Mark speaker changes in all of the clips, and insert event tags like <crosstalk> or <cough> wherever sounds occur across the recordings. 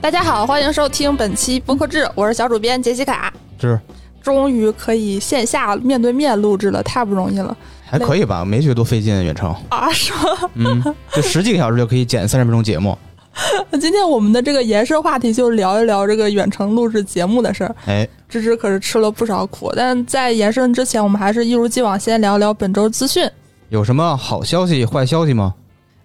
Speaker 1: 大家好，欢迎收听本期播客制，我是小主编杰西卡。
Speaker 2: 是
Speaker 1: 终于可以线下面对面录制了，太不容易了
Speaker 2: 还可以吧，没觉得多费劲。远程，
Speaker 1: 啊！是吗？
Speaker 2: 嗯，就十几个小时就可以剪三十分钟
Speaker 1: <laughs>
Speaker 2: 节目，
Speaker 1: 今天我们的这个延伸话题就聊一聊这个远程录制节目的事儿。
Speaker 2: 哎，
Speaker 1: 芝芝可是吃了不少苦，但在延伸之前，我们还是一如既往先聊聊本周资讯。
Speaker 2: 有什么好消息、坏消息
Speaker 1: <laughs>
Speaker 2: 吗？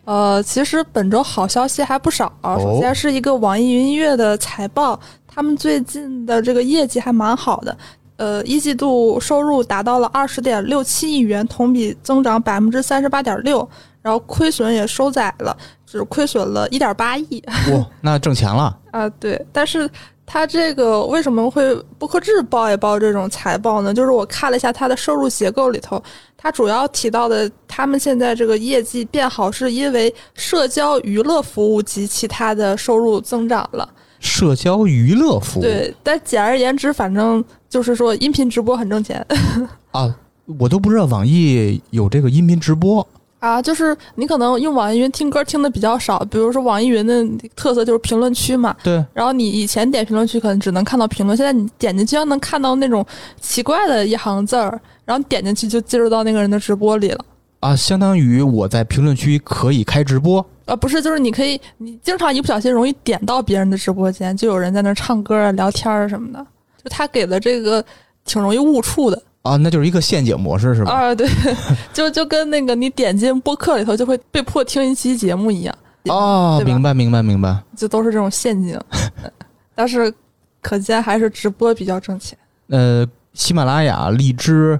Speaker 1: 呃，其实本周好消息还不少。啊
Speaker 2: 哦
Speaker 1: 首先是一个网易云音乐的财报，他们最近的这个业绩还蛮好的。呃，一季度收入达到了二十点六七亿元，同比增长百分之三十八点六，然后亏损也收窄了，只亏损了一点八亿。
Speaker 2: 哇，那挣钱了，
Speaker 1: 啊，对，但是它这个为什么会不克制报一报这种财报呢？就是我看了一下它的收入结构里头，它主要提到的，他们现在这个业绩变好，是因为社交娱乐服务及其他的收入增长了。
Speaker 2: 社交娱乐服务
Speaker 1: 对，但简而言之，反正就是说音频直播很挣钱 <laughs>
Speaker 2: 啊，我都不知道网易有这个音频直播
Speaker 1: 啊。就是你可能用网易云听歌听的比较少，比如说网易云的特色就是评论区嘛，
Speaker 2: 对，
Speaker 1: 然后你以前点评论区可能只能看到评论，现在你点进去要能看到那种奇怪的一行字儿，然后点进去就进入到那个人的直播里了。
Speaker 2: 啊，相当于我在评论区可以开直播
Speaker 1: 呃，不是，就是你可以，你经常一不小心容易点到别人的直播间，就有人在那儿唱歌啊、聊天啊什么的，就他给的这个挺容易误触的
Speaker 2: 啊，那就是一个陷阱模式是吧？
Speaker 1: 啊， <laughs> 对，就就跟那个你点进播客里头就会被迫听一期节目一样，
Speaker 2: 哦，
Speaker 1: 对吧
Speaker 2: 明白明白明白，
Speaker 1: 就都是这种陷
Speaker 2: <laughs>
Speaker 1: 阱。但是可见还是直播比较挣钱。
Speaker 2: 呃，喜马拉雅、荔枝。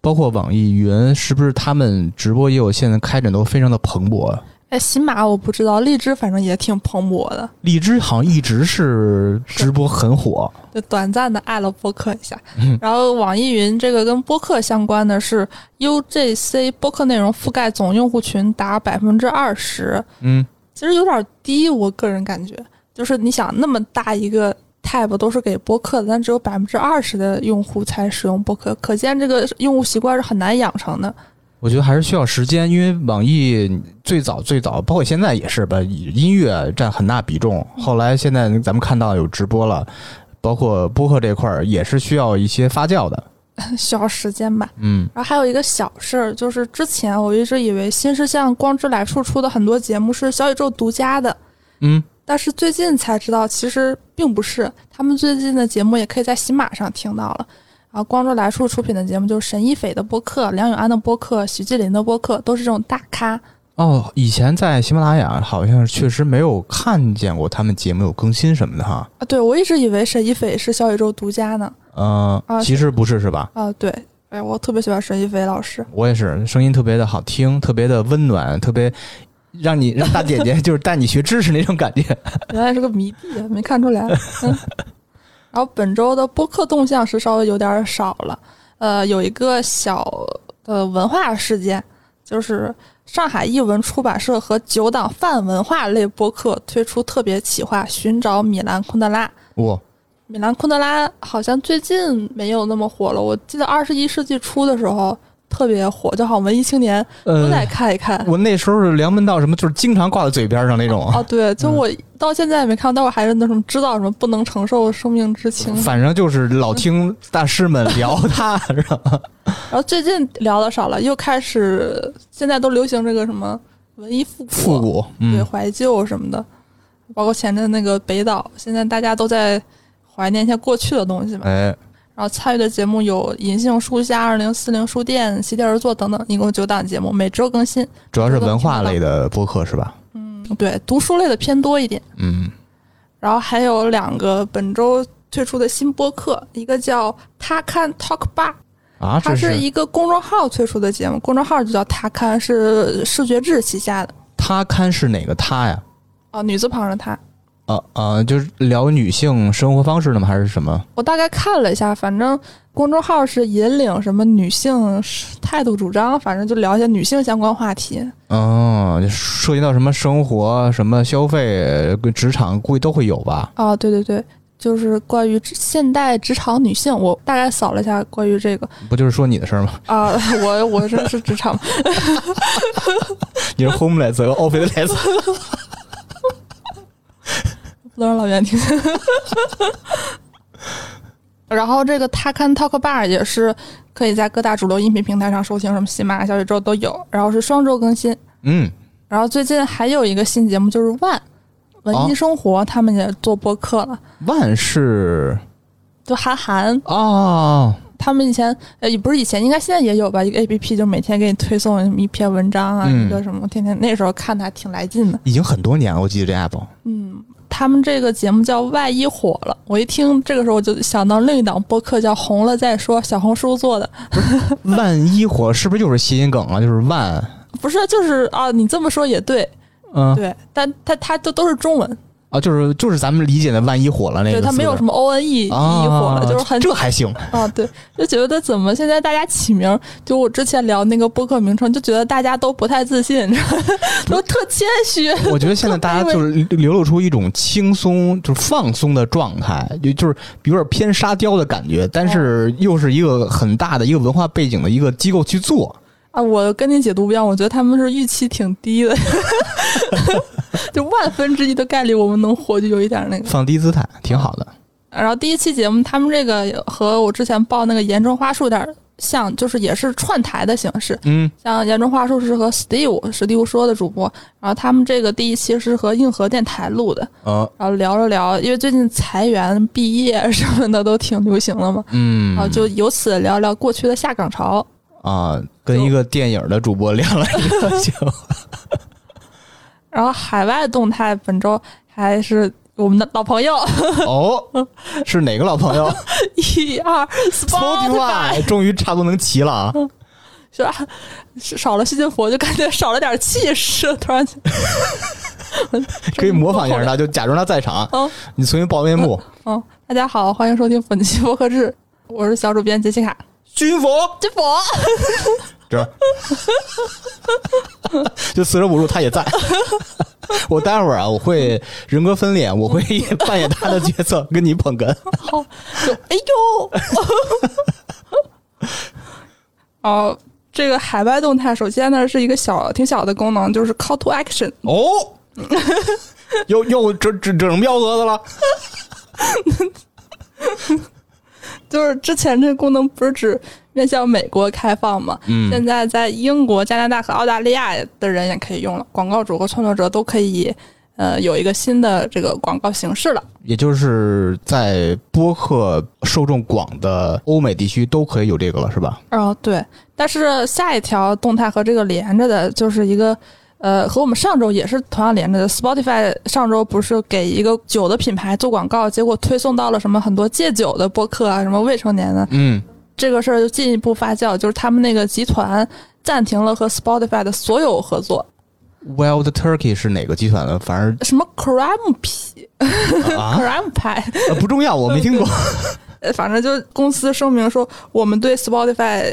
Speaker 2: 包括网易云，是不是他们直播业务现在开展都非常的蓬勃啊？
Speaker 1: 哎，喜马我不知道，荔枝反正也挺蓬勃的，
Speaker 2: 荔枝好像一直是直播很火，
Speaker 1: 就短暂的爱了播客一下。然后网易云这个跟播客相关的是 UGC 播客内容覆盖总用户群达百分之二十，
Speaker 2: 嗯，
Speaker 1: 其实有点低，我个人感觉，就是你想那么大一个 tab 都是给播客的，但只有百分之二十的用户才使用播客，可见这个用户习惯是很难养成的。 <laughs>
Speaker 2: 我觉得还是需要时间，因为网易最早最早，包括现在也是吧，音乐占很大比重。后来现在咱们看到有直播了，包括播客这块儿也是需要一些发酵的。
Speaker 1: 需要时间吧。
Speaker 2: 嗯，
Speaker 1: 然后还有一个小事儿，就是之前我一直以为新事项光之来处出的很多节目是小宇宙独家的，
Speaker 2: 嗯，
Speaker 1: 但是最近才知道，其实并不是。他们最近的节目也可以在喜马上听到了。啊，光州来处出品的节目就是沈一斐的播客、梁永安的播客、徐继林的播客，都是这种大咖。
Speaker 2: 哦，以前在喜马拉雅好像确实没有看见过他们节目有更新什么的哈。
Speaker 1: 啊，对我一直以为沈一斐是小宇宙独家呢。
Speaker 2: 嗯、
Speaker 1: 啊
Speaker 2: 其实不是是吧？
Speaker 1: 啊，对，哎，我特别喜欢沈一斐老师。
Speaker 2: 我也是，声音特别的好听，特别的温暖，特别让你让大姐姐 <laughs> 就是带你学知识那种感觉。
Speaker 1: 原来是个迷弟，没看出来。嗯、然后本周的播客动向是稍微有点少了，呃，有一个小的文化事件，就是上海译文出版社和九档泛文化类播客推出特别企划，寻找米兰昆德拉。
Speaker 2: 哇、
Speaker 1: 米兰昆德拉好像最近没有那么火了，我记得二十一世纪初的时候特别火，就好像文艺青年都在
Speaker 2: 呃，
Speaker 1: 看一看。
Speaker 2: 我那时候是梁门道什么，就是经常挂在嘴边上那种。
Speaker 1: 哦，对，就我到现在也没看，但我还是那什么知道什么不能承受生命之轻。
Speaker 2: 反正就是老听大师们聊他，是吧？
Speaker 1: 然后最近聊的少了，又开始现在都流行这个什么文艺复古、
Speaker 2: 复古，
Speaker 1: 对
Speaker 2: 嗯，
Speaker 1: 怀旧什么的，包括前阵那个北岛，现在大家都在怀念一下过去的东西嘛。
Speaker 2: 哎，
Speaker 1: 然后参与的节目有银杏书香、二零四零书店、席地而坐等等，一共九档节目，每周更新。
Speaker 2: 主要是文化类的播客是吧？
Speaker 1: 对，读书类的偏多一点。
Speaker 2: 嗯，
Speaker 1: 然后还有两个本周推出的新播客，一个叫他看 Talk Bar，
Speaker 2: 啊，
Speaker 1: 它
Speaker 2: 这
Speaker 1: 是
Speaker 2: 是
Speaker 1: 一个公众号推出的节目，公众号就叫他看，是视觉志旗下的
Speaker 2: 他看是哪个他呀？
Speaker 1: 哦，女字旁的他。
Speaker 2: 呃呃，就是聊女性生活方式的吗？还是什么？
Speaker 1: 我大概看了一下，反正公众号是引领什么女性态度主张，反正就聊一些女性相关话题。
Speaker 2: 嗯、就涉及到什么生活、什么消费、职场，估计都会有吧？
Speaker 1: 哦，对对对，就是关于职现代职场女性，我大概扫了一下关于这个
Speaker 2: 不就是说你的事儿吗？ <laughs>
Speaker 1: 啊、我我这是职场
Speaker 2: 你是 homeless 和 officeless，
Speaker 1: 都让老袁听。 <laughs> 然后这个他看 Talk Bar 也是可以在各大主流音频平台上收听，什么喜马、小宇宙都有。然后是双周更新。
Speaker 2: 嗯，
Speaker 1: 然后最近还有一个新节目就是《万文艺
Speaker 2: 哦
Speaker 1: 生活》，他们也做播客了。
Speaker 2: 万事
Speaker 1: 就韩寒
Speaker 2: 哦，
Speaker 1: 他们以前呃也不是以前，应该现在也有吧？一个 A P P 就每天给你推送一篇文章啊，
Speaker 2: 嗯
Speaker 1: 一个什么，天天那时候看的还挺来劲的。
Speaker 2: 已经很多年了，我记得这 app。
Speaker 1: 嗯，他们这个节目叫《外衣火了》，我一听这个时候我就想到另一档播客叫《红了再说》，小红书做的，
Speaker 2: 万一火是不是就是谐音梗了？啊就是万，
Speaker 1: 不是就是啊，你这么说也对，
Speaker 2: 嗯
Speaker 1: 对，但它它都都是中文，
Speaker 2: 啊，就是就是咱们理解的万一火了那个
Speaker 1: 对，
Speaker 2: 词。
Speaker 1: 它没有什么 O N E 衣
Speaker 2: 啊，
Speaker 1: 火了，就是很
Speaker 2: 这
Speaker 1: <laughs>
Speaker 2: 还行， <laughs>
Speaker 1: 啊，对，就觉得怎么现在大家起名儿，就我之前聊那个播客名称，就觉得大家都不太自信， <laughs> 都特谦虚。
Speaker 2: 我觉得现在大家就是流露出一种轻松、就是放松的状态，就就是有点偏沙雕的感觉，但
Speaker 1: 哦
Speaker 2: 是又是一个很大的一个文化背景的一个机构去做。
Speaker 1: 啊，我跟你解读不一样，我觉得他们是预期挺低的， <laughs> 就万分之一的概率我们能活，就有一点儿那个。
Speaker 2: 放低姿态挺好的。
Speaker 1: 然后第一期节目，他们这个和我之前报那个严中花束有点儿像，就是也是串台的形式。
Speaker 2: 嗯
Speaker 1: 像严中花束是和 Steve 史蒂夫说的主播，然后他们这个第一期是和硬核电台录的，
Speaker 2: 呃
Speaker 1: 然后聊了聊，因为最近裁员、毕业什么的都挺流行了嘛，
Speaker 2: 嗯
Speaker 1: 然后就由此聊聊过去的下岗潮。
Speaker 2: 啊，跟一个电影的主播聊了一
Speaker 1: <laughs>
Speaker 2: 个就
Speaker 1: 然后海外动态本周还是我们的老朋友 <laughs>
Speaker 2: 哦，是哪个老朋友
Speaker 1: 一二 Spotify，
Speaker 2: ？Spotify 终于差不多能齐了啊！
Speaker 1: 是吧？是少了西金佛就感觉少了点气势，突然间
Speaker 2: <laughs> 可以模仿一下他，就假装他在场，啊
Speaker 1: <laughs> 嗯
Speaker 2: 你重新报面目。
Speaker 1: 嗯，大家好，欢迎收听本期播客志，我是小主编杰西卡。
Speaker 2: 军服，
Speaker 1: 这佛，
Speaker 2: 这 <laughs> 就四舍五入他也在。 <laughs> 我待会儿啊，我会人格分裂，我会扮演他的角色，跟你捧哏。
Speaker 1: 好，就哎呦， <laughs> 哦，这个海外动态，首先呢是一个小挺小的功能，就是 call to action，
Speaker 2: 哦，又又整整整彪蛾子了。
Speaker 1: 就是之前这个功能不是只面向美国开放嘛，
Speaker 2: 嗯
Speaker 1: 现在在英国、加拿大和澳大利亚的人也可以用了，广告主和创作者都可以。呃，有一个新的这个广告形式了，
Speaker 2: 也就是在播客受众广的欧美地区都可以有这个了，是吧？
Speaker 1: 哦，对，但是下一条动态和这个连着的，就是一个呃，和我们上周也是同样连着的。Spotify 上周不是给一个酒的品牌做广告，结果推送到了什么很多戒酒的播客啊，什么未成年的
Speaker 2: 嗯，
Speaker 1: 这个事儿就进一步发酵，就是他们那个集团暂停了和 Spotify 的所有合作，
Speaker 2: Wild Turkey 是哪个集团的？反 <laughs>
Speaker 1: 什么 Cramp、
Speaker 2: 正啊，
Speaker 1: Cramp 牌，
Speaker 2: 呃不重要，我没听过。
Speaker 1: <laughs> 呃反正就是公司声明说，我们对 Spotify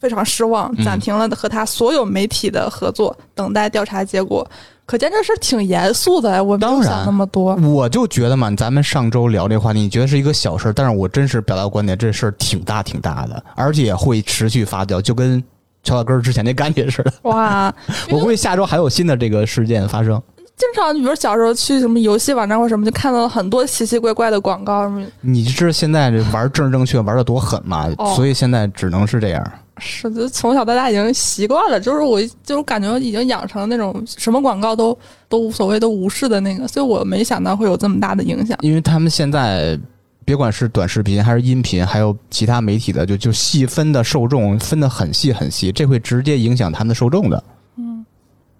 Speaker 1: 非常失望，
Speaker 2: 嗯
Speaker 1: 暂停了和他所有媒体的合作，等待调查结果。可见这事儿挺严肃的，我没
Speaker 2: 当
Speaker 1: 有
Speaker 2: 然
Speaker 1: 想那么多。
Speaker 2: <laughs> 我就觉得嘛，咱们上周聊这话题，你觉得是一个小事儿，但是我真实表达观点，这事儿挺大挺大的，而且会持续发酵，就跟乔大根儿之前那感觉似的。
Speaker 1: 哇，因
Speaker 2: 我
Speaker 1: 为
Speaker 2: 估计下周还有新的这个事件发生。
Speaker 1: 经常你比如小时候去什么游戏网站或什么，就看到很多奇奇怪怪的广告什么。
Speaker 2: 你知道现在这玩政治正确玩的多狠嘛？
Speaker 1: 哦
Speaker 2: 所以现在只能是这样。
Speaker 1: 是的，从小到大已经习惯了，就是我就是感觉已经养成那种什么广告都都无所谓、都无视的那个，所以我没想到会有这么大的影响。
Speaker 2: 因为他们现在别管是短视频还是音频，还有其他媒体的，就就细分的受众分得很细很细，这会直接影响他们的受众的。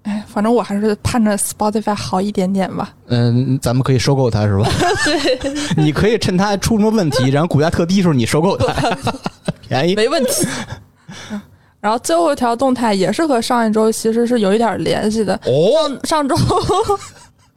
Speaker 1: 哎，反正我还是盼着 Spotify 好一点点吧。
Speaker 2: 嗯，咱们可以收购它是吧？对， <laughs> 你可以趁它出什么问题，然后股价特低的时候你收
Speaker 1: <laughs>
Speaker 2: 购它，便宜。
Speaker 1: 没问题。嗯然后最后一条动态也是和上一周其实是有一点联系的。
Speaker 2: 哦，
Speaker 1: 上周 <laughs>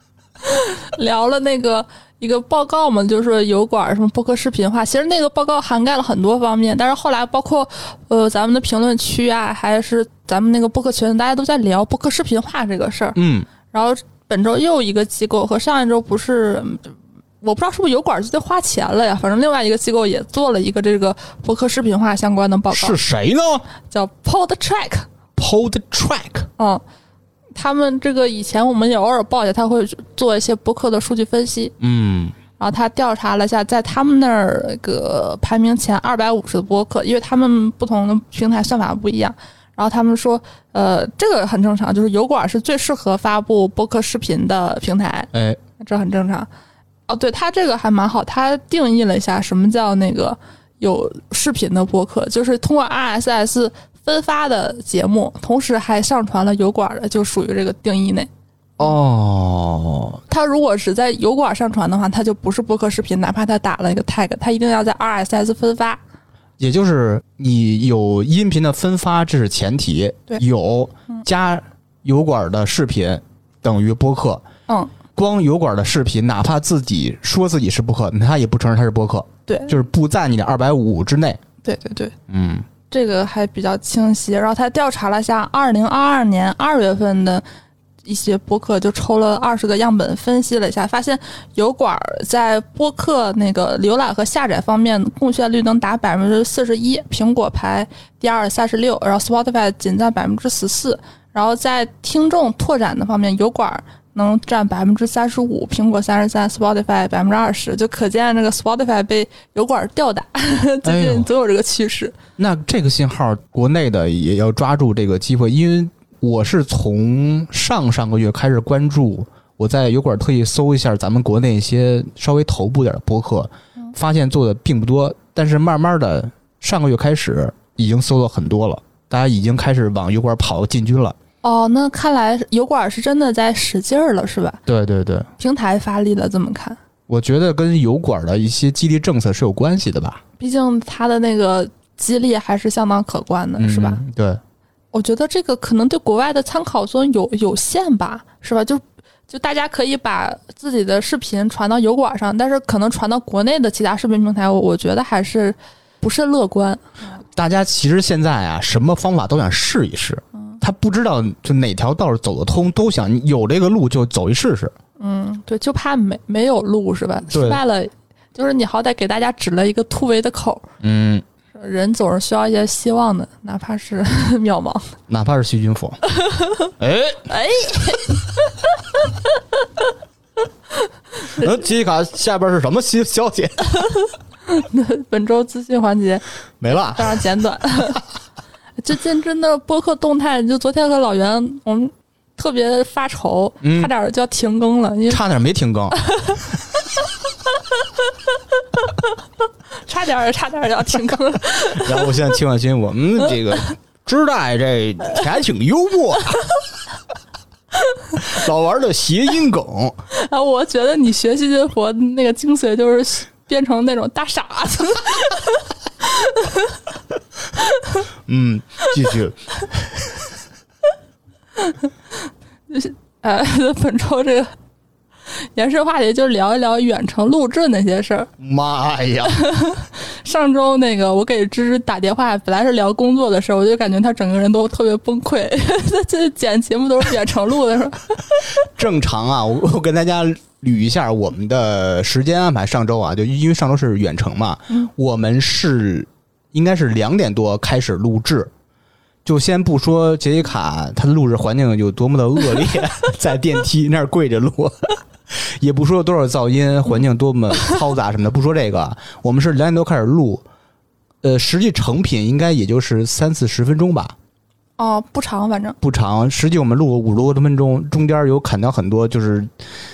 Speaker 1: 聊了那个一个报告嘛，就是油管什么播客视频化，其实那个报告涵盖了很多方面，但是后来包括呃咱们的评论区啊，还是咱们那个播客群，大家都在聊播客视频化这个事儿。
Speaker 2: 嗯，
Speaker 1: 然后本周又一个机构和上一周不是，嗯我不知道是不是油管直接花钱了呀，反正另外一个机构也做了一个这个播客视频化相关的报告，
Speaker 2: 是谁呢
Speaker 1: 叫 Pod Track。
Speaker 2: ？Pod Track，
Speaker 1: 嗯，他们这个以前我们也偶尔报一下，他会做一些播客的数据分析，
Speaker 2: 嗯
Speaker 1: 然后他调查了一下，在他们那儿那个排名前二百五十的播客，因为他们不同的平台算法不一样。然后他们说，呃，这个很正常，就是油管是最适合发布播客视频的平台，
Speaker 2: 哎
Speaker 1: 这很正常。哦，对，他这个还蛮好，他定义了一下什么叫那个有视频的播客，就是通过 RSS 分发的节目，同时还上传了油管的，就属于这个定义内。
Speaker 2: 哦
Speaker 1: 它如果只在油管上传的话，它就不是播客视频，哪怕它打了一个 tag，它一定要在 RSS 分发。
Speaker 2: 也就是你有音频的分发，这是前提
Speaker 1: 对，
Speaker 2: 有加油管的视频等于播客。
Speaker 1: 嗯，
Speaker 2: 光油管的视频，哪怕自己说自己是播客，他也不承认他是播客，
Speaker 1: 对，
Speaker 2: 就是不在你的二百五之内。
Speaker 1: 对对对，
Speaker 2: 嗯，
Speaker 1: 这个还比较清晰。然后他调查了一下二零二二年二月份的一些播客，就抽了二十个样本分析了一下，发现油管在播客那个浏览和下载方面贡献率能达百分之四十一，苹果排第二三十六，然后 Spotify 仅占百分之十四。然后在听众拓展的方面，油管能占百分之三十五，苹果三十三，Spotify 百分之二十，就可见这个 Spotify 被油管吊打，最
Speaker 2: 哎呦
Speaker 1: 近总有这个趋势。
Speaker 2: 那这个信号，国内的也要抓住这个机会，因为我是从上上个月开始关注，我在油管特意搜一下咱们国内一些稍微头部点的播客，发现做的并不多，但是慢慢的上个月开始已经搜到很多了，大家已经开始往油管跑进军了。
Speaker 1: 哦，那看来油管是真的在使劲儿了，是吧？
Speaker 2: 对对对，
Speaker 1: 平台发力了，这么看，
Speaker 2: 我觉得跟油管的一些激励政策是有关系的吧？
Speaker 1: 毕竟它的那个激励还是相当可观的，是吧？
Speaker 2: 嗯？对，
Speaker 1: 我觉得这个可能对国外的参考作用有有限吧，是吧？就就大家可以把自己的视频传到油管上，但是可能传到国内的其他视频平台，我我觉得还是不甚乐观。
Speaker 2: 大家其实现在啊，什么方法都想试一试，他不知道就哪条道儿走得通，都想有这个路就走一试试。
Speaker 1: 嗯，对，就怕没没有路，是吧？
Speaker 2: 对
Speaker 1: 失败了，就是你好歹给大家指了一个突围的口儿，
Speaker 2: 嗯，
Speaker 1: 人总是需要一些希望的，哪怕是渺茫。
Speaker 2: 哪怕是细菌佛，哎
Speaker 1: 哎，
Speaker 2: 呃，吉卡下边是什么消消息？
Speaker 1: 本周资讯环节
Speaker 2: <laughs> 没了
Speaker 1: 非常简短。最近真的播客动态，就昨天和老袁，我们特别发愁，
Speaker 2: 嗯
Speaker 1: 差点儿就要停更了，因为
Speaker 2: 差点没停更。
Speaker 1: <laughs> 差点儿差点儿要停更
Speaker 2: <laughs>
Speaker 1: 了。
Speaker 2: 然后我现在听完新闻，嗯，这个知代这还挺幽默，啊老玩的谐音梗。
Speaker 1: 然后啊我觉得你学习学佛那个精髓就是变成那种大傻子， <laughs>
Speaker 2: 嗯，继续。
Speaker 1: 呃，本周这个延伸话题就聊一聊远程录制那些事儿。
Speaker 2: 妈呀！
Speaker 1: 上周那个我给芝芝打电话，本来是聊工作的事儿，我就感觉她整个人都特别崩溃。 <laughs> 她这剪节目都是远程录的，是吧？
Speaker 2: 正常啊，我我跟大家捋一下我们的时间安排。上周啊，就因为上周是远程嘛，我们是应该是两点多开始录制。就先不说杰西卡她的录制环境有多么的恶劣，在电梯那儿跪着录，也不说有多少噪音，环境多么嘈杂什么的，不说这个，啊我们是两点多开始录，呃，实际成品应该也就是三四十分钟吧。
Speaker 1: <laughs> 哦，不长，反正
Speaker 2: 不长，实际我们录过五十多分钟，中间有砍掉很多就是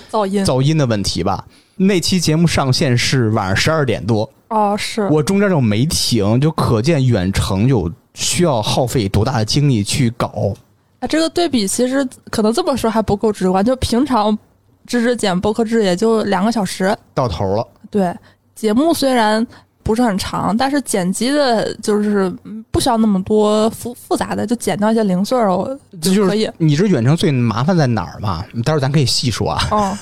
Speaker 1: 噪音。
Speaker 2: 噪音的问题吧。那期节目上线是晚上十二点多，
Speaker 1: 哦，是
Speaker 2: 我中间就没停，就可见远程有需要耗费多大的精力去搞。
Speaker 1: 啊，这个对比其实可能这么说还不够直观。就平常芝芝剪播客制也就两个小时，
Speaker 2: 到头了，
Speaker 1: 对节目虽然不是很长，但是剪辑的就是嗯不需要那么多复复杂的，就剪掉一些零碎儿哦
Speaker 2: 这就
Speaker 1: 可以
Speaker 2: 是。你知道远程最麻烦在哪儿吗？待会儿咱可以细说啊。
Speaker 1: 嗯，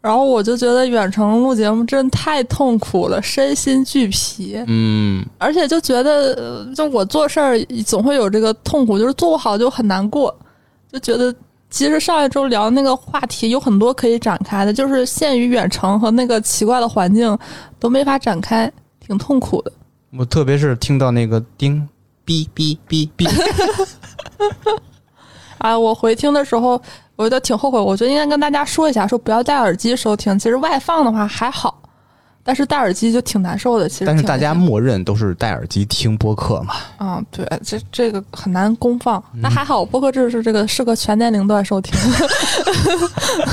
Speaker 1: 然后我就觉得远程录节目真太痛苦了，身心俱疲，
Speaker 2: 嗯，
Speaker 1: 而且就觉得，呃就我做事儿总会有这个痛苦，就是做不好就很难过，就觉得其实上一周聊那个话题有很多可以展开的，就是限于远程和那个奇怪的环境都没法展开，挺痛苦的。
Speaker 2: 我
Speaker 1: <laughs>
Speaker 2: 特别是听到那个叮哔哔哔哔，
Speaker 1: 啊，我回听的时候，我觉得挺后悔，我觉得应该跟大家说一下，说不要戴耳机收听。其实外放的话还好，但是戴耳机就挺难受的。其实挺
Speaker 2: 但
Speaker 1: 难
Speaker 2: 是
Speaker 1: 受的，
Speaker 2: 大家默认都是戴耳机听播客嘛，
Speaker 1: 啊、对，这这个很难公放。
Speaker 2: 嗯
Speaker 1: 那、还好，播客制是这个适合全年龄段收听。 <laughs>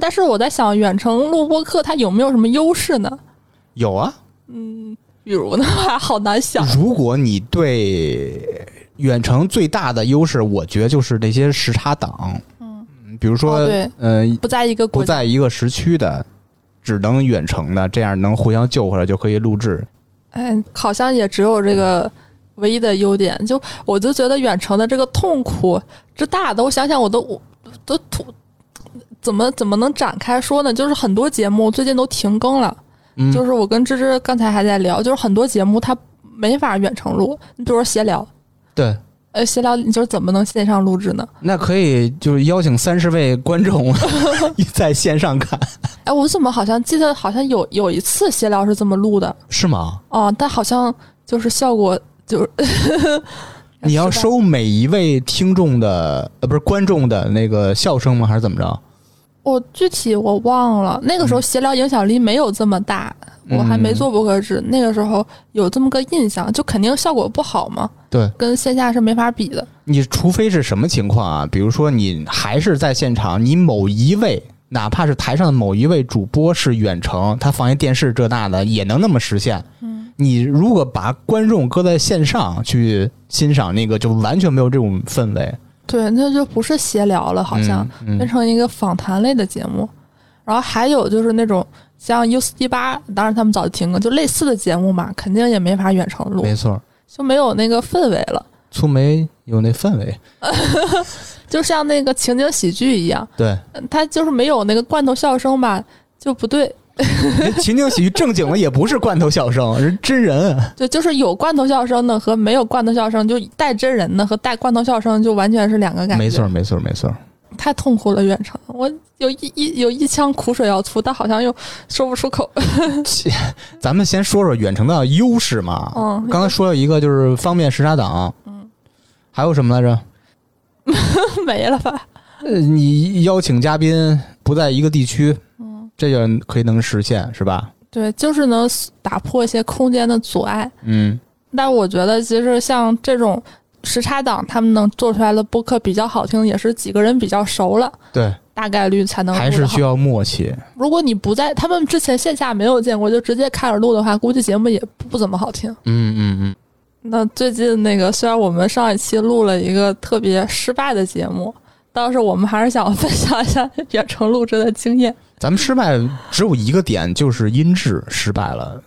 Speaker 1: 但是我在想，远程录播客它有没有什么优势呢？
Speaker 2: 有啊。
Speaker 1: 比如 <laughs> 的话，好难想。
Speaker 2: 如果你对远程最大的优势，我觉得就是那些时差党，嗯，比如说，
Speaker 1: 哦对
Speaker 2: 嗯、
Speaker 1: 不在一个
Speaker 2: 不
Speaker 1: 国家，
Speaker 2: 在一个时区的，只能远程的，这样能互相救回来就可以录制。
Speaker 1: 哎，好像也只有这个唯一的优点。就我就觉得远程的这个痛苦之大的，我想想我都我都吐，怎么怎么能展开说呢？就是很多节目最近都停更了。
Speaker 2: 嗯，
Speaker 1: 就是我跟芝芝刚才还在聊，就是很多节目它没法远程录，你比如说闲聊，
Speaker 2: 对，
Speaker 1: 呃，闲聊你就是怎么能线上录制呢？
Speaker 2: 那可以就是邀请三十位观众 <laughs> 在线上看，
Speaker 1: 哎，我怎么好像记得好像有有一次闲聊是这么录的
Speaker 2: 是吗？
Speaker 1: 哦，但好像就是效果就是。
Speaker 2: <laughs> 你要
Speaker 1: 是吧
Speaker 2: 收每一位听众的呃，不是观众的那个笑声吗？还是怎么着？
Speaker 1: 我具体我忘了，那
Speaker 2: 嗯
Speaker 1: 个时候闲聊影响力没有这么大，我还没做博客制，那个时候有这么个印象，就肯定效果不好嘛，
Speaker 2: 对，
Speaker 1: 跟线下是没法比的。
Speaker 2: 你除非是什么情况啊？比如说你还是在现场，你某一位，哪怕是台上的某一位主播是远程，他放一电视这那的，也能那么实现。嗯，你如果把观众搁在线上去欣赏那个，就完全没有这种氛围，
Speaker 1: 对，那就不是闲聊了，好像、
Speaker 2: 嗯
Speaker 1: 变
Speaker 2: 嗯
Speaker 1: 成一个访谈类的节目。然后还有就是那种像 U 四 D 八，当然他们早就停了，就类似的节目嘛，肯定也没法远程录，
Speaker 2: 没错，
Speaker 1: 就没有那个氛围了。
Speaker 2: 粗眉有那氛围，
Speaker 1: 就像那个情景喜剧一样， <laughs>
Speaker 2: 对，
Speaker 1: 嗯它就是没有那个罐头笑声吧，就不对。
Speaker 2: 情景喜剧正经的也不是罐头笑声，是真人。啊
Speaker 1: 对，就是有罐头笑声的和没有罐头笑声，就带真人的和带罐头笑声就完全是两个感觉。
Speaker 2: 没错，，没错，没错。
Speaker 1: 太痛苦了，远程，我有一一有一腔苦水要吐，但好像又说不出口。 <laughs>
Speaker 2: 咱们先 <laughs> 说说远程的优势嘛。
Speaker 1: 嗯
Speaker 2: 刚才说了一个就是方便时差党，嗯，还有什么来着？
Speaker 1: 没了吧？
Speaker 2: 呃，你邀请嘉宾不在一个地区，嗯，这个可以能实现是吧？
Speaker 1: 对，就是能打破一些空间的阻碍。
Speaker 2: 嗯，
Speaker 1: 但我觉得，其实像这种时差党，他们能做出来的播客比较好听，也是几个人比较熟了，
Speaker 2: 对，
Speaker 1: 大概率才能
Speaker 2: 还
Speaker 1: 录
Speaker 2: 是
Speaker 1: 得好
Speaker 2: 需。要默契。
Speaker 1: 如果你不在他们之前线下没有见过，就直接开始录的话，估计节目也不不怎么好听。
Speaker 2: 嗯嗯嗯，
Speaker 1: 那最近那个，虽然我们上一期录了一个特别失败的节目，但是我们还是想分享一下远程录制的经验。
Speaker 2: 咱们失败只有一个点，就是音质失败了。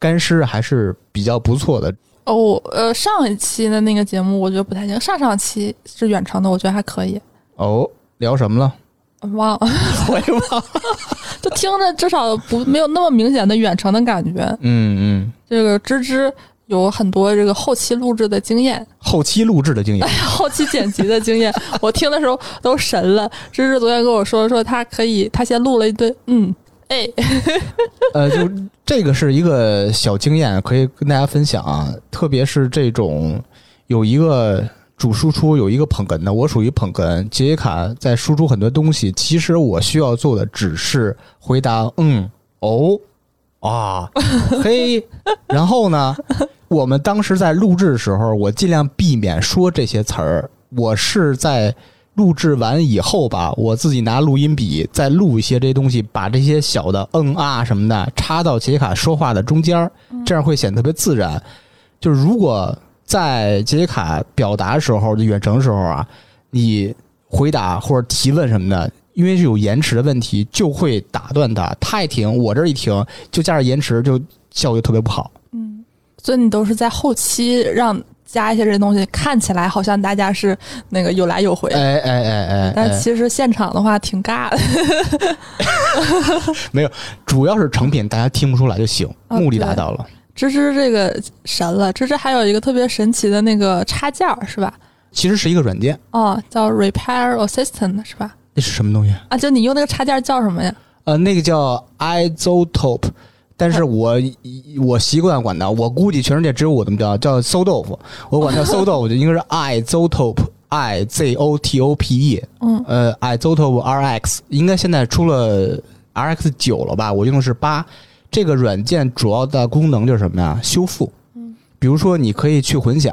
Speaker 2: 干尸还是比较不错的，
Speaker 1: 哦，呃，上一期的那个节目我觉得不太行，上上期是远程的，我觉得还可以。
Speaker 2: 哦。聊什么了？
Speaker 1: 忘了，
Speaker 2: <laughs>
Speaker 1: <laughs>
Speaker 2: 我也忘了。
Speaker 1: 就听着至少不没有那么明显的远程的感觉。
Speaker 2: 嗯嗯，
Speaker 1: 这个芝芝有很多这个后期录制的经验， <laughs>
Speaker 2: 后期录制的经验，
Speaker 1: 后期剪辑的经验，我听的时候都神了。芝芝昨天跟我说，说她可以，她先录了一堆，嗯，哎，
Speaker 2: 呃，就这个是一个小经验，可以跟大家分享啊。特别是这种有一个主输出，有一个捧哏的，我属于捧哏。杰西卡在输出很多东西，其实我需要做的只是回答嗯、哦、啊、 <laughs> 嘿。然后呢，我们当时在录制的时候，我尽量避免说这些词儿。我是在录制完以后吧，我自己拿录音笔再录一些这些东西，把这些小的嗯啊什么的插到杰西卡说话的中间儿，这样会显得特别自然。就是如果在杰西卡表达的时候，就远程的时候啊，你回答或者提问什么的，因为是有延迟的问题，就会打断他。他一停，我这一停，就加上延迟，就效率特别不好。
Speaker 1: 所以你都是在后期让加一些这些东西，看起来好像大家是那个有来有回，
Speaker 2: 哎哎哎哎，
Speaker 1: 但
Speaker 2: 哎
Speaker 1: 其实现场的话挺尬的。
Speaker 2: 主要是成品大家听不出来就行，
Speaker 1: 啊
Speaker 2: 目的
Speaker 1: 对
Speaker 2: 达到了。
Speaker 1: 芝芝这个神了，芝芝还有一个特别神奇的那个插件儿是吧？
Speaker 2: 其实是一个软件，
Speaker 1: 哦，叫 Repair Assistant 是吧？
Speaker 2: 那是什么东西？
Speaker 1: 啊，就你用那个插件叫什么呀？
Speaker 2: 呃，那个叫 isotope，但是我以我习惯
Speaker 1: <laughs>
Speaker 2: 管它，我估计全世界只有我这么叫，叫馊豆腐，我管它馊豆腐，就应该是 isotope。 I Z O T O P E，
Speaker 1: 嗯
Speaker 2: 呃，iZotope RX，应该现在出了 RX 九了吧？我用的是八。这个软件主要的功能就是什么呀？修复。
Speaker 1: 嗯，
Speaker 2: 比如说你可以去混响，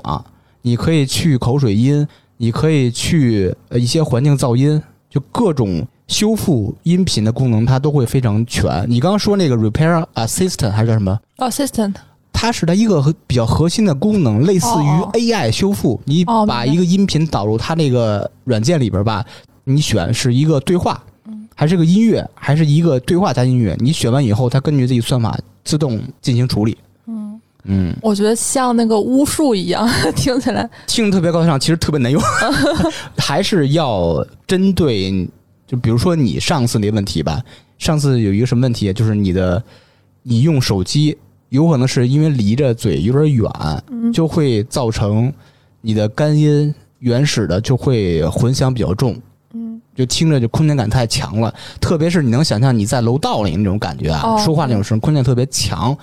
Speaker 2: 你可以去口水音，你可以去呃一些环境噪音，就各种修复音频的功能，它都会非常全。你刚刚说那个 Repair Assistant 还是叫什么？
Speaker 1: ，Assistant，
Speaker 2: 它是它一个和比较核心的功能，类似
Speaker 1: 哦哦
Speaker 2: 于 AI 修复。你
Speaker 1: 哦明白
Speaker 2: 把一个音频导入它那个软件里边吧，你选是一个对话，
Speaker 1: 嗯
Speaker 2: 还是个音乐，还是一个对话加音乐？你选完以后，它根据自己算法自动进行处理。
Speaker 1: 嗯，
Speaker 2: 嗯，
Speaker 1: 我觉得像那个巫术一样， <laughs> 听起来，
Speaker 2: 听着特别高大上，其实特别难用，还是要针对，就比如说你上次那问题吧，上次有一个什么问题，就是你的你用手机，有可能是因为离着嘴有点远，就会造成你的干音原始的就会混响比较重，
Speaker 1: 嗯，
Speaker 2: 就听着就空间感太强了，特别是你能想象你在楼道里那种感觉啊，
Speaker 1: 哦
Speaker 2: 说话那种声空间特别强，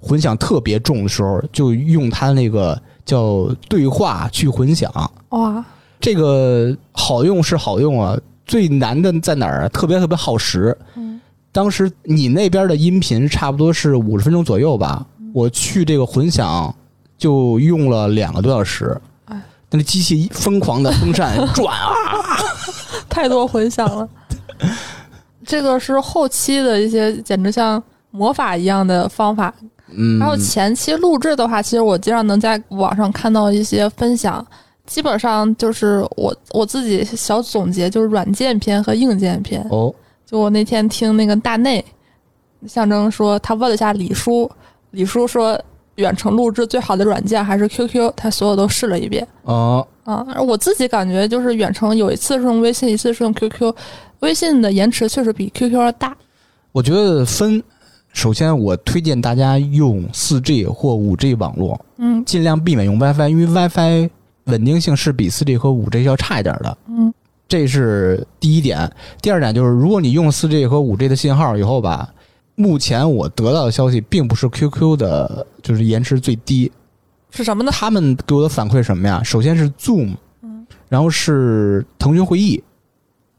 Speaker 2: 混响特别重的时候，就用它那个叫对话去混响，
Speaker 1: 哇，
Speaker 2: 这个好用是好用啊，最难的在哪儿啊？特别特别耗时。
Speaker 1: 嗯
Speaker 2: 当时你那边的音频差不多是五十分钟左右吧，我去这个混响就用了两个多小时
Speaker 1: 哎。
Speaker 2: 那机器疯狂的
Speaker 1: <laughs>
Speaker 2: 风扇转啊，
Speaker 1: 太多混响了。这个是后期的一些，简直像魔法一样的方法。
Speaker 2: 嗯
Speaker 1: 然，后前期录制的话，其实我经常能在网上看到一些分享，基本上就是我我自己小总结，就是软件篇和硬件篇。
Speaker 2: 哦，
Speaker 1: 就我那天听那个大内，象征说他问了一下李叔，李叔说远程录制最好的软件还是 QQ，他所有都试了一遍。
Speaker 2: 哦，
Speaker 1: 啊，而我自己感觉就是远程有一次是用微信，一次是用 QQ，微信的延迟确实比 QQ 要大。
Speaker 2: 我觉得分，首先我推荐大家用四 G 或五 G 网络，
Speaker 1: 嗯
Speaker 2: 尽量避免用 WiFi，因为 WiFi 稳定性是比四 G 和五 G 要差一点的。
Speaker 1: 嗯，
Speaker 2: 这是第一点。第二点就是，如果你用四 G 和五 G 的信号以后吧，目前我得到的消息并不是 QQ 的，就是延迟最低。
Speaker 1: 是什么呢？
Speaker 2: 他们给我的反馈是什么呀？首先是 Zoom，
Speaker 1: 嗯
Speaker 2: 然后是腾讯会议，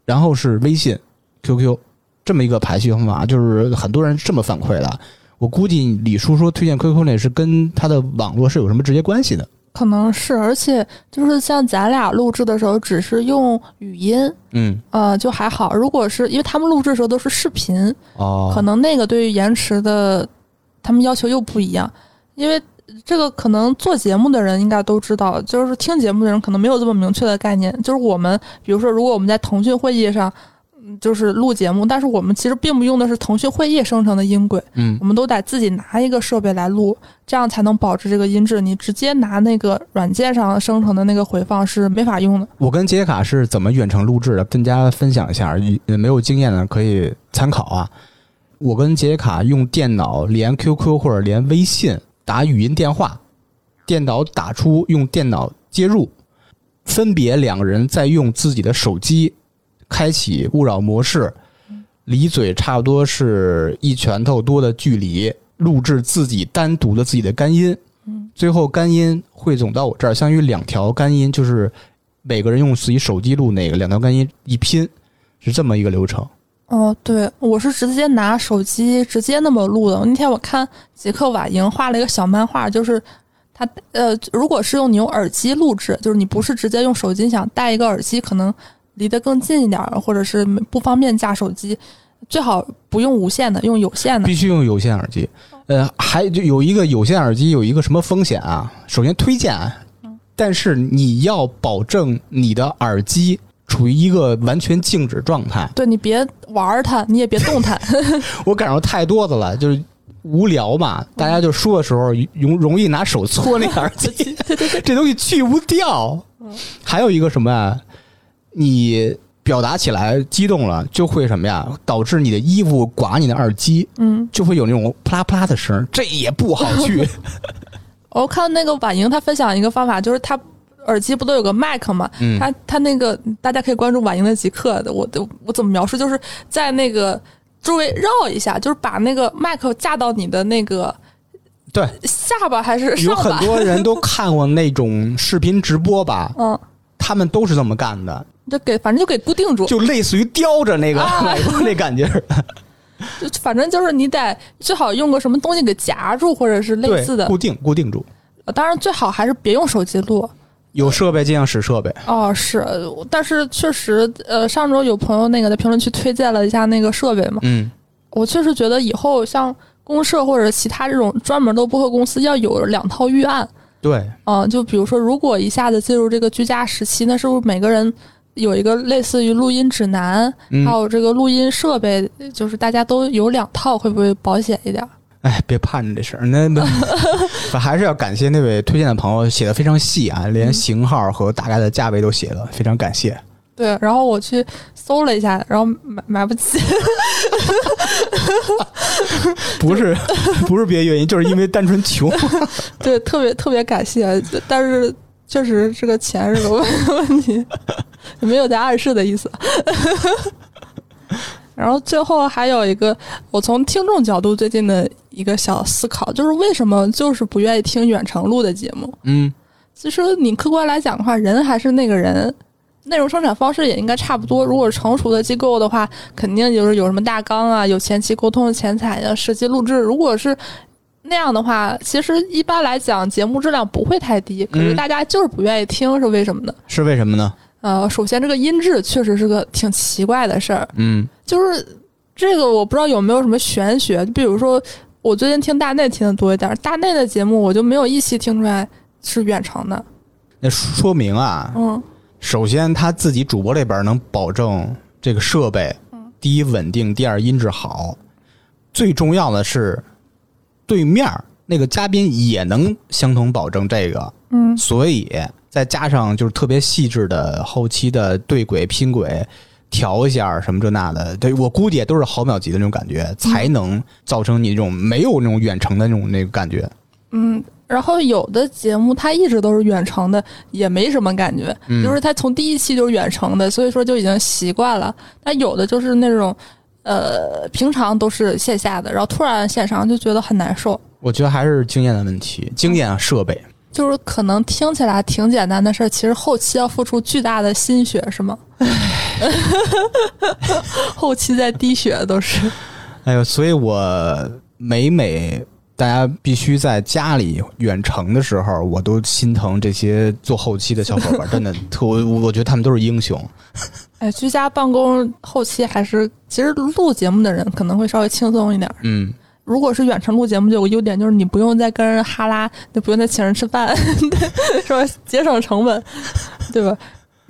Speaker 2: 然后是微信、QQ 这么一个排序方法，就是很多人这么反馈的。我估计李叔说推荐 QQ 那是跟他的网络是有什么直接关系的。
Speaker 1: 可能是，而且就是像咱俩录制的时候，只是用语音，
Speaker 2: 嗯，
Speaker 1: 呃，就还好。如果是因为他们录制的时候都是视频，
Speaker 2: 哦，
Speaker 1: 可能那个对于延迟的，他们要求又不一样。因为这个可能做节目的人应该都知道，就是听节目的人可能没有这么明确的概念。就是我们，比如说，如果我们在腾讯会议上，嗯就是录节目，但是我们其实并不用的是腾讯会议生成的音轨，
Speaker 2: 嗯
Speaker 1: 我们都得自己拿一个设备来录，这样才能保持这个音质。你直接拿那个软件上生成的那个回放是没法用的。
Speaker 2: 我跟杰卡是怎么远程录制的，跟大家分享一下，也没有经验的可以参考啊。我跟杰卡用电脑连 QQ 或者连微信打语音电话，电脑打出，用电脑接入，分别两个人再用自己的手机开启勿扰模式，离嘴差不多是一拳头多的距离，录制自己单独的自己的干音
Speaker 1: 嗯，
Speaker 2: 最后干音汇总到我这儿，相当于两条干音就是。每个人用自己手机录哪个两条干音一拼，是这么一个流程。
Speaker 1: 哦，对，我是直接拿手机直接那么录的。那天我看杰克瓦莹画了一个小漫画，就是他呃，如果是用你用耳机录制，就是你不是直接用手机，你想戴一个耳机，可能离得更近一点儿，或者是不方便架手机，最好不用无线的，用有线的。
Speaker 2: 必须用有线耳机。呃，还就有一个有线耳机有一个什么风险啊？首先推荐啊，但是你要保证你的耳机处于一个完全静止状态。
Speaker 1: 对你别玩儿它，你也别动它。
Speaker 2: 我感受太多的了，就是无聊嘛，大家就说的时候容容易拿手搓
Speaker 1: 嗯
Speaker 2: 那个耳
Speaker 1: <laughs>
Speaker 2: 机，这东西去不掉。还有一个什么啊？你表达起来激动了，就会什么呀？导致你的衣服刮你的耳机，
Speaker 1: 嗯，
Speaker 2: 就会有那种啪啦啪啦的声儿，这也不好
Speaker 1: <laughs>
Speaker 2: 去。
Speaker 1: 我看那个婉莹她分享一个方法，就是她耳机不都有个麦克嘛？
Speaker 2: 嗯
Speaker 1: 她她那个大家可以关注婉莹的极客，我我我怎么描述？就是在那个周围绕一下，就是把那个麦克架到你的那个
Speaker 2: 对，
Speaker 1: 下巴还是
Speaker 2: 有
Speaker 1: 上
Speaker 2: 很
Speaker 1: 巴？
Speaker 2: 多人都看过那种视频直播吧，
Speaker 1: 嗯，
Speaker 2: 他们都是这么干的，
Speaker 1: 就给反正就给固定住，
Speaker 2: 就类似于叼着那个、
Speaker 1: 啊
Speaker 2: 那感觉。
Speaker 1: 就反正就是你得最好用个什么东西给夹住，或者是 <laughs> 类
Speaker 2: 对，
Speaker 1: 似的。
Speaker 2: 固定固定住，
Speaker 1: 呃当然最好还是别用手机录。
Speaker 2: 有设备尽量使设备。
Speaker 1: 哦，是，但是确实，呃，上周有朋友那个在评论区推荐了一下那个设备嘛，
Speaker 2: 嗯，
Speaker 1: 我确实觉得以后像公社或者其他这种专门的播客公司要有两套预案。
Speaker 2: 对，
Speaker 1: 嗯、就比如说，如果一下子进入这个居家时期，那是不是每个人有一个类似于录音指南，
Speaker 2: 嗯
Speaker 1: 还，有这个录音设备，就是大家都有两套，会不会保险一点？
Speaker 2: 哎，别盼着这事儿，那那反还是要感谢那位推荐的朋友，写的非常细啊，连型号和大概的价位都写了，非常感谢。
Speaker 1: 对，然后我去搜了一下，然后买买不起。
Speaker 2: 不是 <laughs> 不是别的原因，就是因为单纯穷。
Speaker 1: <laughs> 对，特别特别感谢，但是确实这个钱是个问 <laughs> 问题，也没有在暗示的意思。 <laughs> 然后最后还有一个，我从听众角度最近的一个小思考，就是为什么就是不愿意听远程录的节目？
Speaker 2: 嗯，
Speaker 1: 其实你客观来讲的话，人还是那个人，内容生产方式也应该差不多。如果是成熟的机构的话，肯定就是有什么大纲啊，有前期沟通、前采呀、实际录制。如果是那样的话，其实一般来讲节目质量不会太低，可是
Speaker 2: 嗯
Speaker 1: 大家就是不愿意听，是为什么呢？
Speaker 2: 是为什么呢？
Speaker 1: 呃，首先这个音质确实是个挺奇怪的事儿，
Speaker 2: 嗯
Speaker 1: 就是这个我不知道有没有什么玄学，比如说我最近听大内听的多一点，大内的节目我就没有一期听出来是远程的，
Speaker 2: 那说明啊，
Speaker 1: 嗯。
Speaker 2: 首先他自己主播这边能保证这个设备，第一稳定，第二音质好，最重要的是对面儿那个嘉宾也能相同保证这个，
Speaker 1: 嗯
Speaker 2: 所以再加上就是特别细致的后期的对轨拼轨。调一下什么这那的，对我估计也都是毫秒级的那种感觉，才能造成你这种没有那种远程的那种那个感觉。
Speaker 1: 嗯，然后有的节目它一直都是远程的，也没什么感觉，就是它从第一期就是远程的，所以说就已经习惯了。但有的就是那种，呃，平常都是线下的，然后突然线上就觉得很难受。
Speaker 2: 我觉得还是经验的问题，经验啊设备。
Speaker 1: 就是可能听起来挺简单的事儿，其实后期要付出巨大的心血，是 <laughs> 吗？后期在滴血都是。
Speaker 2: 哎呦，所以我每每大家必须在家里远程的时候，我都心疼这些做后期的小伙 <laughs> 伴，真的特我我觉得他们都是英雄。
Speaker 1: 哎，居家办公后期还是，其实录节目的人可能会稍微轻松一点儿。
Speaker 2: 嗯，
Speaker 1: 如果是远程录节目，就有个优点，就是你不用再跟人哈拉，就不用再请人吃饭， <laughs> 对，是吧？节省成本，对吧？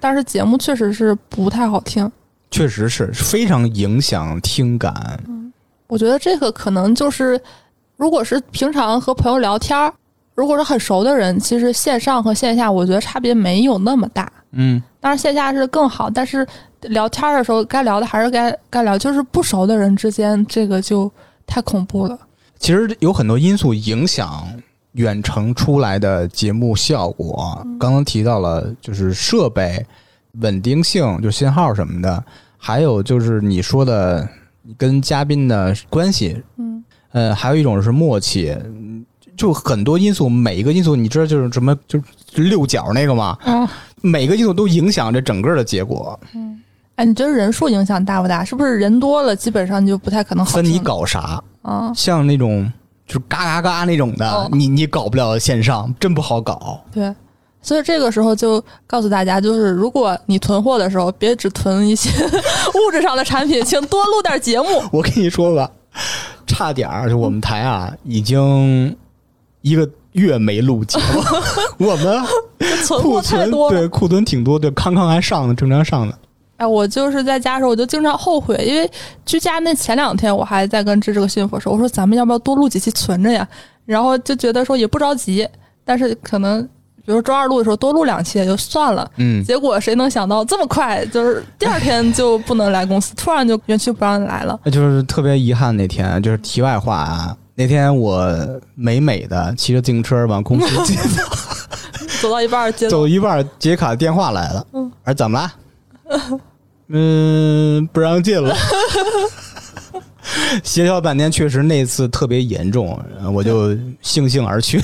Speaker 1: 但是节目确实是不太好听，
Speaker 2: 确实是非常影响听感。
Speaker 1: 我觉得这个可能就是，如果是平常和朋友聊天儿，如果是很熟的人，其实线上和线下，我觉得差别没有那么大。
Speaker 2: 嗯，
Speaker 1: 当然线下是更好，但是聊天儿的时候该聊的还是该该聊，就是不熟的人之间，这个就太恐怖了。
Speaker 2: 其实有很多因素影响远程出来的节目效果。刚刚提到了，就是设备稳定性，就信号什么的，还有就是你说的你跟嘉宾的关系，
Speaker 1: 嗯
Speaker 2: 呃，还有一种是默契。嗯就很多因素，每一个因素，你知道就是什么，就是六角那个嘛，
Speaker 1: 啊，
Speaker 2: 每个因素都影响这整个的结果。
Speaker 1: 哎，你觉得人数影响大不大？是不是人多了，基本上就不太可能好
Speaker 2: 分你
Speaker 1: 听
Speaker 2: 搞啥，
Speaker 1: 啊？
Speaker 2: 像那种就是嘎嘎嘎那种的，
Speaker 1: 哦
Speaker 2: 你你搞不了线上，真不好搞。
Speaker 1: 对，所以这个时候就告诉大家，就是如果你囤货的时候，别只囤一些 <laughs> 物质上的产品，请多录点节目。
Speaker 2: <laughs> 我跟你说吧，差点儿就我们台啊，已经一个月没录节
Speaker 1: <laughs>
Speaker 2: 目，我们
Speaker 1: 存
Speaker 2: 库
Speaker 1: 货太
Speaker 2: 存
Speaker 1: 多了
Speaker 2: 对。库存挺多，对康康还上呢，正常上呢。
Speaker 1: 哎，我就是在家的时候，我就经常后悔，因为居家那前两天，我还在跟芝芝和幸福说，我说咱们要不要多录几期存着呀？然后就觉得说也不着急，但是可能比如说周二录的时候多录两期也就算了。
Speaker 2: 嗯，
Speaker 1: 结果谁能想到这么快，就是第二天就不能来公司，突然就园区不让来了。
Speaker 2: 那就是特别遗憾那天，就是题外话啊，那天我美美的骑着自行车往公司 <laughs> 进，
Speaker 1: <laughs> 走到一半儿接到
Speaker 2: 走一半儿，杰卡电话来了，
Speaker 1: 嗯，
Speaker 2: 我说怎么了？嗯，不让进了。协调半天，确实那次特别严重，我就悻悻而去。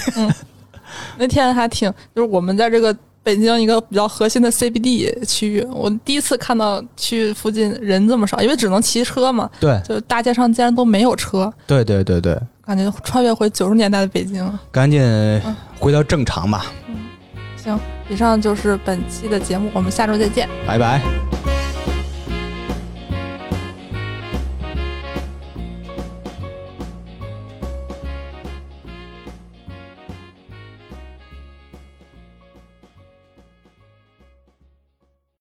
Speaker 1: 那天还挺，就是我们在这个北京一个比较核心的 CBD 区域，我第一次看到去附近人这么少，因为只能骑车嘛，
Speaker 2: 对
Speaker 1: 就大街上竟然都没有车，
Speaker 2: 对对对对，
Speaker 1: 感觉穿越回九十年代的北京。
Speaker 2: 赶紧回到正常吧，
Speaker 1: 行，以上就是本期的节目，我们下周再见。
Speaker 2: 拜拜。